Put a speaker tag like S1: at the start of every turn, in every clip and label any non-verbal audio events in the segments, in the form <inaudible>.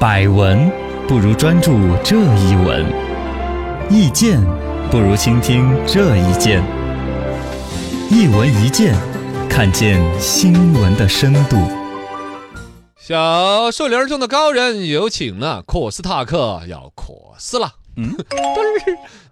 S1: 百闻不如专注这一闻，意见不如倾听这一见。一闻一见，看见新闻的深度。
S2: 小树林中的高人有请了，科斯塔克要科斯了。 <laughs>
S1: 嗯，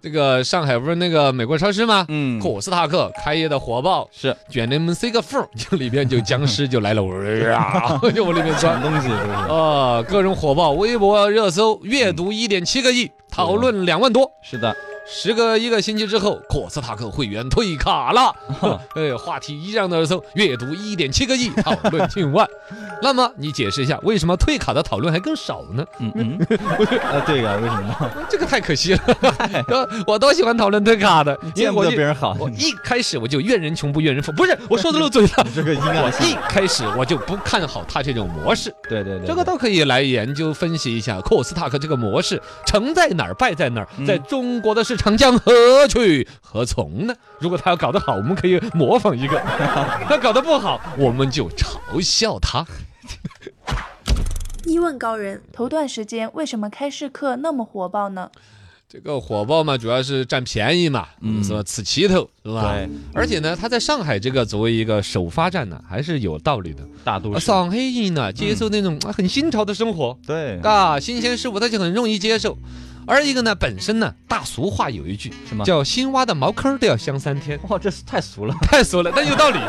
S2: 这个上海不是那个美国超市吗？
S1: 嗯
S2: 科斯塔克开业的火爆，
S1: 是
S2: 卷帘门塞个缝儿，就里边就僵尸就
S1: <laughs>
S2: 来了，哇，就往里面钻。
S1: 东西是不是？
S2: 啊，各种火爆，微博热搜阅读一点七个亿，讨论两万多。
S1: 是的，
S2: 时隔一个星期之后，科斯塔克会员退卡了，
S1: <laughs>
S2: 呃，话题一样的热搜，阅读一点七个亿，讨论近
S1: <laughs>
S2: 万。那么你解释一下，为什么退卡的讨论还更少呢？
S1: 嗯嗯，啊，对啊，为什 <laughs> 么？
S2: 这个太可惜了，我多喜欢讨论退卡的，因为
S1: 见不
S2: 我
S1: 得
S2: 一
S1: 别人好，。
S2: 我一开始我就怨人穷不怨人富，不是我说的漏嘴了
S1: 这个阴暗
S2: 我一
S1: 性。
S2: 开始我就不看好他这种模式，
S1: 对对对，
S2: 这个倒可以来研究分析一下库斯塔克这个模式，成在哪儿败在哪儿，
S1: 嗯
S2: 在中国的市场将何去何从呢？如果他要搞得好，我们可以模仿
S1: <laughs>
S2: 一个；他搞得不好，我们就嘲笑他。
S3: 一问高人，头段时间为什么开市课那么火爆呢？
S2: 这个火爆嘛，主要是占便宜嘛，嗯，是吧？吃气头是吧？
S1: 对
S2: 而且呢，他在上海这个作为一个首发站呢，还是有道理的。
S1: 大都嗯
S2: 啊
S1: 市，
S2: 上海人呢，接受那种啊很新潮的生活，
S1: 对，
S2: 啊，新鲜事物他就很容易接受。而一个呢，本身呢，大俗话有一句
S1: 什么
S2: 叫“新挖的茅坑都要香三
S1: <laughs>
S2: 天
S1: 哇，这是太俗了”，。
S2: 太俗了，但有道
S1: <laughs>
S2: 理，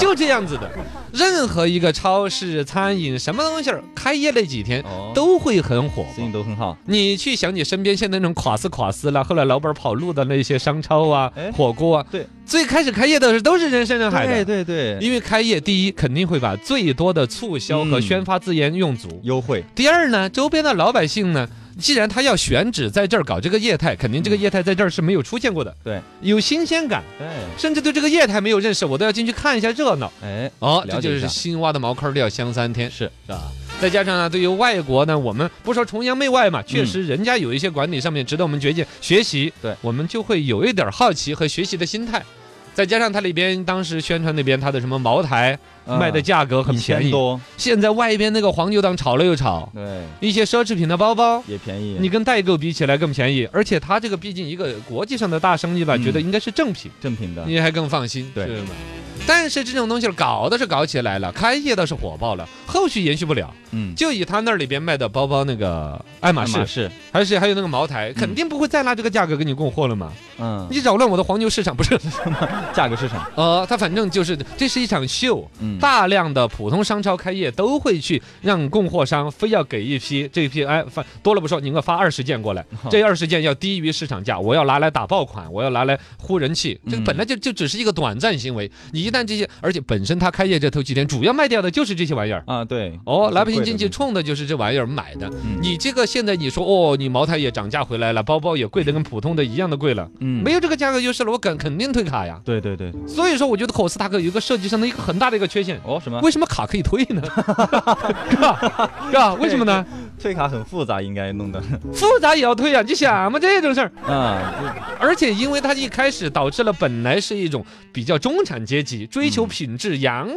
S2: 就这样子的。任何一个超市、餐饮什么东西儿开业那几天
S1: 哦
S2: 都会很火
S1: 生意
S2: 爆。
S1: 都很好，
S2: 你去想你身边现在那种垮丝垮丝啦，后来老板跑路的那些商超啊
S1: 哎、
S2: 火锅啊，
S1: 对，
S2: 最开始开业的时候都是人山人海的
S1: 对，对对，
S2: 因为开业，第一肯定会把最多的促销和
S1: 嗯
S2: 宣发资源用足。
S1: 优惠，
S2: 第二呢，周边的老百姓呢，既然他要选址在这儿搞这个业态，肯定这个业态在这儿是没有出现过的，
S1: 对，
S2: 有新鲜感，
S1: 对，
S2: 甚至对这个业态没有认识，我都要进去看一下热闹。
S1: 哎，
S2: 哦，这
S1: 了
S2: 就
S1: 解一
S2: 是
S1: 下
S2: 新挖的茅坑儿都要香三天，
S1: 是
S2: 是吧？再加上呢，对于外国呢，我们不说崇洋媚外
S1: 嗯
S2: 嘛，确实人家有一些管理上面值得我们学习学习，
S1: 对
S2: 我们就会有一点儿好奇和学习的心态。再加上它里边当时宣传那边它的什么茅台卖的
S1: 嗯
S2: 价格很便
S1: 1000
S2: 宜，
S1: 多，
S2: 现在外边那个黄牛党炒了又炒，
S1: 对，
S2: 一些奢侈品的包包，
S1: 也便宜，
S2: 你跟代购比起来更便宜，而且它这个毕竟一个国际上的大生意吧，
S1: 嗯
S2: 觉得应该是正品，
S1: 正品的，
S2: 你还更放心，
S1: 对
S2: 是吗？但是这种东西儿搞的是搞起来了，开业倒是火爆了，后续延续不了。
S1: 嗯，
S2: 就以他那里边卖的包包，那个爱马
S1: 爱
S2: 仕，
S1: 马仕，
S2: 还是还有那个茅台，肯定不会再拿这个价格给你供货了嘛！
S1: 嗯，
S2: 你扰乱我的黄牛市场不
S1: <laughs>
S2: 是？
S1: 价格市场，
S2: 呃，他反正就是这是一场秀，
S1: 嗯，
S2: 大量的普通商超开业都会去让供货商非要给一批，这一批哎发多了不说，你给我发二十件过来，
S1: 哦
S2: 这二十件要低于市场价，我要拿来打爆款，我要拿来呼人气，这个
S1: 嗯
S2: 本来就就只是一个短暂行为，你一旦这些，而且本身它开业这头几天主要卖掉的就是这些玩意儿。
S1: 啊，对，
S2: 哦，老百姓
S1: 很贵的
S2: 进去
S1: 那种
S2: 冲的就是这玩意儿买的。
S1: 嗯
S2: 你这个现在你说哦，你茅台也涨价回来了，包包也贵的跟普通的一样的贵了，
S1: 嗯
S2: 没有这个价格优势了，我肯肯定退卡呀。
S1: 对对对，
S2: 所以说，我觉得科斯塔克有一个设计上的一个很大的一个缺陷，
S1: 哦，什么？
S2: 为什么卡可以退呢？ <laughs> 是吧？是吧？为什么呢？
S1: 退卡很复杂，应该弄的，
S2: 复杂也要退啊！你想嘛这种事儿，
S1: 啊，
S2: 而且因为它一开始导致了本来是一种比较中产阶级追求品质洋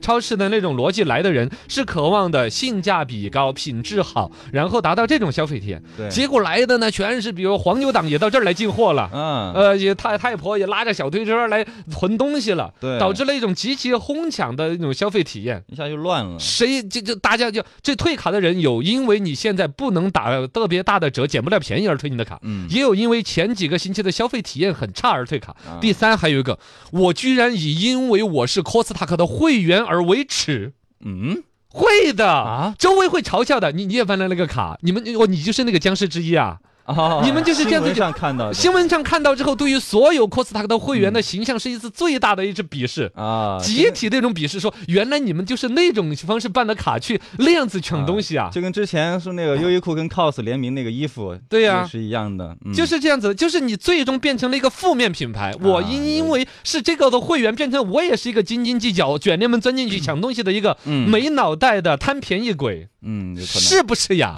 S2: 超市的那种逻辑来的人，是渴望的性价比高、品质好，然后达到这种消费体验。
S1: <laughs> 对，
S2: 结果来的呢，全是比如黄牛党也到这儿来进货了。
S1: 嗯，
S2: 呃，也太太婆也拉着小推车来囤东西了，
S1: 对
S2: 导致了一种极其哄抢的一种消费体验。
S1: 一下就乱了，
S2: 谁就就大家就这退卡的人有因为你现在不能打特别大的折，捡不了便宜而退你的卡，
S1: 嗯，
S2: 也有因为前几个星期的消费体验很差而退卡。
S1: 啊
S2: 第三还有一个，我居然以因为我是科斯塔克的会员而为耻。
S1: 嗯，
S2: 会的
S1: 啊
S2: 周围会嘲笑的。你你也办了那个卡，你们哦，你就是那个僵尸之一啊！
S1: 哦
S2: 你们就是这样子
S1: 新闻
S2: 就
S1: 上看到的
S2: 新闻上看到之后，对于所有科斯塔克的会员的形象是一次最大的一次鄙视。
S1: 啊，
S2: 集体的那种鄙视，说原来你们就是那种方式办的卡去那样子抢东西啊！
S1: 就跟之前说那个优衣库跟 COS 联名那个衣服，
S2: 对呀
S1: 也是一样的，嗯啊
S2: 就是这样子，就是你最终变成了一个负面品牌。我因因为是这个的会员，变成我也是一个斤斤计较、卷帘门钻进去抢东西的一个
S1: 嗯
S2: 没脑袋的贪便宜鬼，
S1: 嗯，有可能
S2: 是不是呀？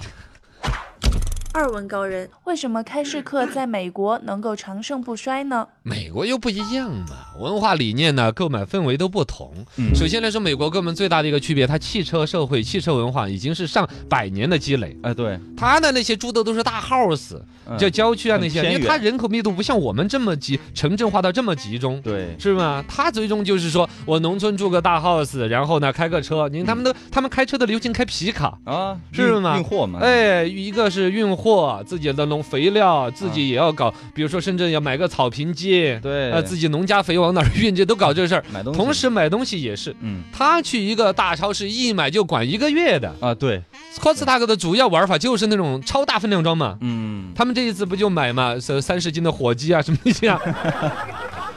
S3: 二问高人，为什么开市课在美国能够长盛不衰呢？
S2: 美国又不一样嘛，文化理念呢、购买氛围都不同。
S1: 嗯
S2: 首先来说，美国跟我们最大的一个区别，它汽车社会、汽车文化已经是上百年的积累。
S1: 哎，对，
S2: 它的那些住的都是大 house，
S1: 嗯
S2: 就郊区啊
S1: 很
S2: 那些，
S1: 偏
S2: 因为它
S1: 远
S2: 人口密度不像我们这么集，城镇化到这么集中。
S1: 对，
S2: 是吗？他最终就是说我农村住个大 house，然后呢开个车。
S1: 嗯
S2: 您他们都他们开车的流行开皮卡，
S1: 啊，
S2: 是
S1: 运
S2: 吗
S1: 运货嘛，
S2: 哎，一个是运货，自己的农肥料自己也要搞，比如说深圳要买个草坪街，
S1: 对，
S2: 呃，自己农家肥往哪儿运，这都搞这事儿。
S1: 买东西，
S2: 同，时买东西也是。
S1: 嗯，
S2: 他去一个大超市一买就管一个月的
S1: 啊，对，
S2: ，Costco 的主要玩法就是那种超大分量装嘛。
S1: 嗯，
S2: 他们这一次不就买嘛，三三十斤的火鸡啊什么那些啊， <laughs>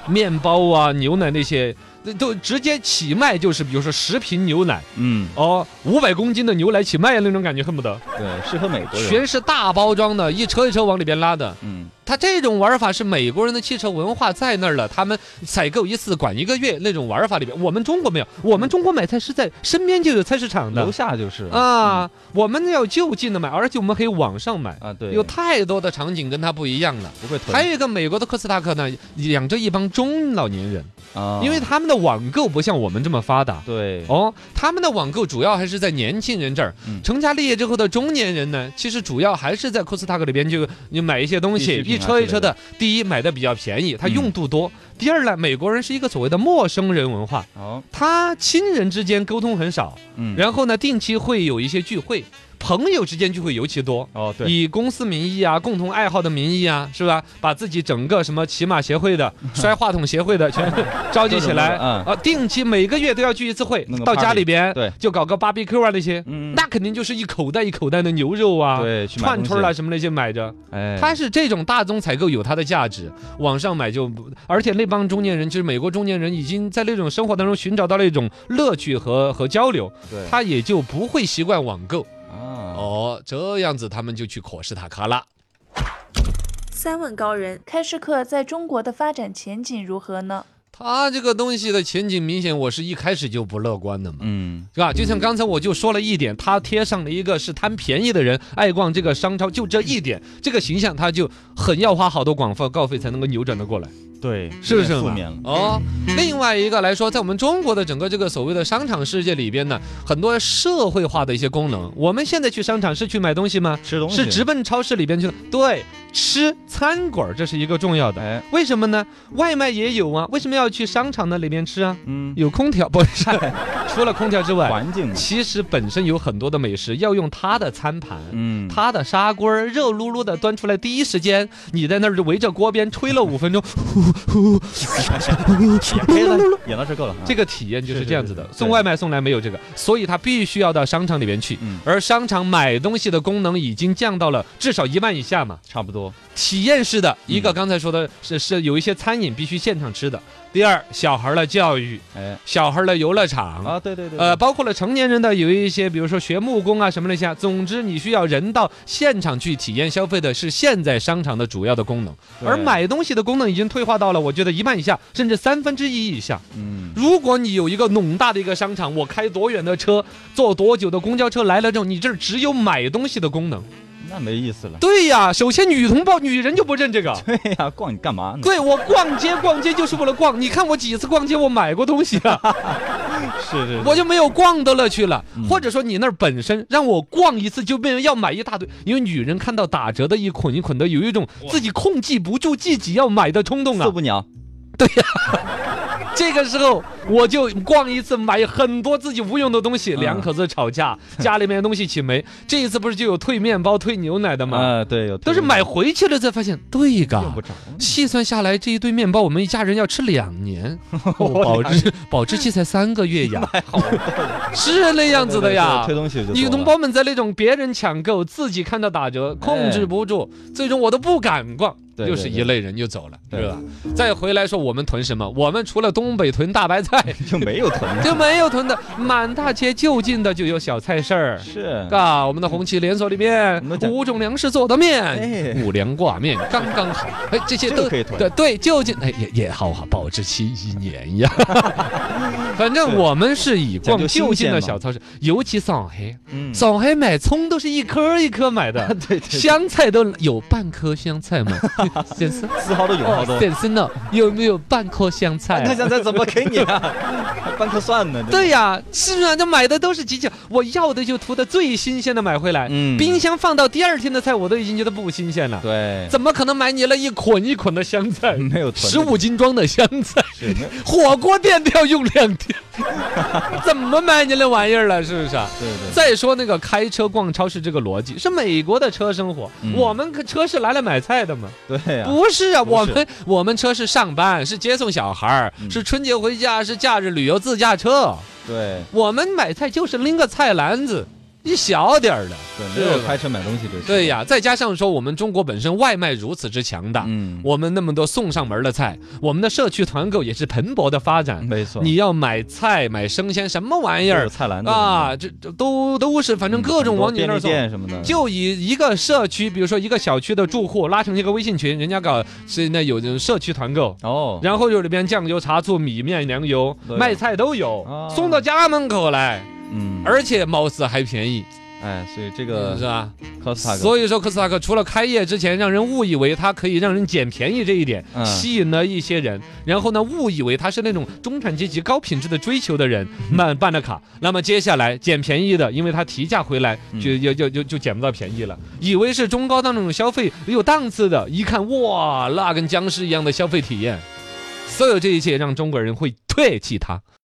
S2: 面包啊、牛奶那些，都都直接起卖，就是比如说十瓶牛奶
S1: 嗯，
S2: 哦，五百公斤的牛奶起卖啊那种感觉，恨不得
S1: 对，适合美国人，
S2: 全是大包装的，一车一车往里边拉的。
S1: 嗯，
S2: 他这种玩法是美国人的汽车文化在那儿了，他们采购一次管一个月那种玩法里边，我们中国没有，我们中国买菜是在身边就有菜市场
S1: 楼
S2: 的
S1: 下就是，
S2: 啊，我们要就近的买，而且我们可以网上买。
S1: 啊，对，
S2: 有太多的场景跟它不一样了。
S1: 不会囤，
S2: 还有一个美国的科斯塔克呢，养着一帮中老年人，
S1: 啊，
S2: 因为他们的网购不像我们这么发达。
S1: 对，
S2: 哦，他们的网购主要还是在年轻人这儿，
S1: 嗯
S2: 成家立业之后的中年人呢，其实主要还是在科斯塔克里边就你买一些东西，
S1: 必需品啊
S2: 一车一车的。第一，买的比较便宜，
S1: 嗯
S2: 它用度多；第二呢，美国人是一个所谓的陌生人文化，
S1: 好，
S2: 他亲人之间沟通很少，
S1: 嗯，
S2: 然后呢，定期会有一些聚会，朋友之间聚会尤其多。
S1: 哦，对，
S2: 以公司名义啊、共同爱好的名义啊，是吧？把自己整个什么骑马协会的、
S1: 嗯
S2: 摔话筒协会的全召集起
S1: <laughs>
S2: 来
S1: 各种各样
S2: 啊，定期每个月都要聚一次会
S1: 嗯弄个，
S2: 到家
S1: party，
S2: 里边
S1: 对
S2: 就搞个 BBQ 啊那些，
S1: 嗯，
S2: 那肯定就是一口袋一口袋的牛肉啊。
S1: 对，去买
S2: 串
S1: 东西
S2: 串啊，，什么那些买着，
S1: 哎，
S2: 它是这种大宗采购有它的价值，网上买就不，而且那帮中年人，就是美国中年人，已经在那种生活当中寻找到了一种乐趣和和交流，
S1: 对，
S2: 他也就不会习惯网购。
S1: 啊，
S2: 哦，这样子他们就去可士塔卡啦。
S3: 三问高人，开市课在中国的发展前景如何呢？
S2: 它这个东西的前景明显，我是一开始就不乐观的嘛，
S1: 嗯，
S2: 是吧？就像刚才我就说了一点，他贴上了一个是贪便宜的人，爱逛这个商超，就这一点，这个形象他就很要花好多广告告费才能够扭转得过来，
S1: 对，
S2: 是不是
S1: 有
S2: 嘛
S1: 点负面了？
S2: 哦，另外一个来说，在我们中国的整个这个所谓的商场世界里边呢，很多社会化的一些功能，我们现在去商场是去买东西吗？
S1: 吃东西
S2: 是直，奔超市里边去的，对，吃餐馆儿这是一个重要的。
S1: 哎，
S2: 为什么呢？外卖也有啊，为什么要去商场那里面吃啊？
S1: 嗯，
S2: 有空调不
S1: <laughs>
S2: 是？除了空调之外，
S1: 环境嘛，
S2: 其实本身有很多的美食要用它的餐盘。
S1: 嗯，
S2: 它的砂锅儿热噜噜的端出来，第一时间你在那儿就围着锅边吹了五分钟，
S1: 演黑
S2: <laughs>
S1: 了，哎演到这够了啊，
S2: 这个体验就是
S1: 是
S2: 这样子的
S1: 是。是
S2: 送外卖送来没有这个，所以它必须要到商场里面去
S1: 嗯。
S2: 而商场买东西的功能已经降到了至少一万以下嘛。
S1: 差不多，
S2: 体验式的一个，
S1: 嗯
S2: 刚才说的是是有一些餐饮必须现场吃的。第二，小孩儿的教育，
S1: 哎，
S2: 小孩儿的游乐场。
S1: 啊，对对对，
S2: 呃，包括了成年人的有一些，比如说学木工啊什么那些啊，总之你需要人到现场去体验消费的是现在商场的主要的功能，
S1: 对
S2: 而，买东西的功能已经退化到了我觉得一半以下，甚至三分之一以下。
S1: 嗯，
S2: 如果你有一个农大的一个商场，我开多远的车，坐多久的公交车来了之后，你这儿只有买东西的功能。
S1: 那没意思了。
S2: 对呀，首先女同胞女人就不认这个，
S1: 对呀，逛你干嘛呢？
S2: <laughs> 对我逛街逛街就是为了逛，你看我几次逛街我买过东西啊， <laughs>
S1: 是是，
S2: 我就没有逛的乐趣了
S1: 嗯。
S2: 或者说你那儿本身让我逛一次就变成要买一大堆，因为女人看到打折的一捆一捆的，有一种自己控制不住自己要买的冲动啊
S1: 四。不鸟，
S2: 这个时候我就逛一次买很多自己无用的东西，
S1: 嗯
S2: 两口子吵
S1: <laughs>
S2: 架，家里面的东西起霉。这一次不是就有退面包、退牛奶的吗？
S1: 啊，对，有
S2: 都是买回去了才发现，对嘎，
S1: 用不着，
S4: 嗯
S2: 细算下来，这一堆面包我们一家人要吃两年，哦保质保质期才三个月呀，是那样子的呀
S1: 推。东西就
S2: 女
S1: 多
S2: 同
S1: 了
S2: 胞们在那种别人抢购，自己看到打折，控制不住，最终我都不敢逛，
S1: 对对
S2: 又是一类人就走了，
S1: 对
S2: 是吧？再回来说我们囤什么？我们除了东北囤大白菜，
S1: 就没有囤
S2: 就没有囤的，满大街就近的就有小菜市儿。
S1: 是，
S2: 啊，我们的红旗连锁里
S4: 嗯
S2: 面
S1: 我们讲
S2: 五种粮食做的面
S1: 哎，
S2: 五粮挂面刚刚好，哎，这些
S1: 这
S2: 都
S1: 个可以囤
S4: <laughs>
S2: 对对，就近哎也也好啊，保质期一年呀，反正我们是以
S4: 讲
S2: 逛
S4: 究
S2: 就
S4: 新
S2: 近
S4: 鲜嘛
S2: 的小超市，尤其上海，
S4: 嗯，，
S2: 上海买葱都是一颗儿一颗买的
S4: <laughs> 对对对
S2: 香菜都有半颗香菜吗？ <laughs>
S4: <laughs>
S2: 先生，
S4: 丝毫都有好多。
S2: 先生呢，有没有半颗香菜
S4: 那
S2: 啊？
S4: 现在怎么给你啊？ <laughs> 还半颗蒜呢？
S2: 对呀、是啊，这买的都是极其，我要的就图的最新鲜的买回来。
S4: 嗯
S2: 冰箱放到第二天的菜，我都已经觉得不新鲜了。
S4: 对，嗯
S2: 怎么可能买你那一捆一捆的香菜？
S4: 没有囤
S2: 十五斤装的香菜，
S4: 是没有
S2: 火锅店都要用两天， <laughs> 怎么买你那玩意儿了？是不是啊？
S4: 对对
S2: 再说那个开车逛超市这个逻辑，是美国的车生活，
S4: 嗯
S2: 我们可车是来了买菜的嘛？
S4: 对呀、
S2: 不是啊，
S4: 不是
S2: 我们我们车是上班，是接送小孩儿，
S4: 嗯
S2: 是春节回家，是假日旅游自驾车。
S4: 对
S2: 我们买菜就是拎个菜篮子，一小点儿的。
S4: 对，
S2: 是
S4: 没有
S2: 吧
S4: 开车买东西这是。
S2: 对呀，再加上说我们中国本身外卖如此之强大，
S4: 嗯，
S2: 我们那么多送上门的菜，我们的社区团购也是蓬勃的发展。
S4: 没错，
S2: 你要买菜、买生鲜，什么玩意
S4: 有
S2: 儿
S4: 菜篮子
S2: 啊？，这这都都是，反正各种往你那儿
S4: 儿
S2: 送。
S4: 店什么的，
S2: 就以一个社区，比如说一个小区的住户拉成一个微信群，人家搞是那有这种社区团购，
S4: 哦，
S2: 然后就里边酱油、茶醋、米面、粮油、
S4: 对
S2: 卖菜都有
S4: 啊，
S2: 送到家门口来，
S4: 嗯，
S2: 而且貌似还便宜，
S4: 哎，所以这
S2: 是
S4: 个
S2: 吧？
S4: 科斯塔克，
S2: 嗯所以说，科斯塔克除了开业之前让人误以为它可以让人捡便宜这一点，
S4: 嗯
S2: 吸引了一些人，然后呢，误以为他是那种中产阶级高品质的追求的人，
S4: 嗯
S2: 办办了卡。那么接下来捡便宜的，因为他提价回来，
S4: 嗯
S2: 就就就就就捡不到便宜了，以为是中高档那种消费有档次的，一看哇，那跟僵尸一样的消费体验。所有这一切让中国人会唾弃他，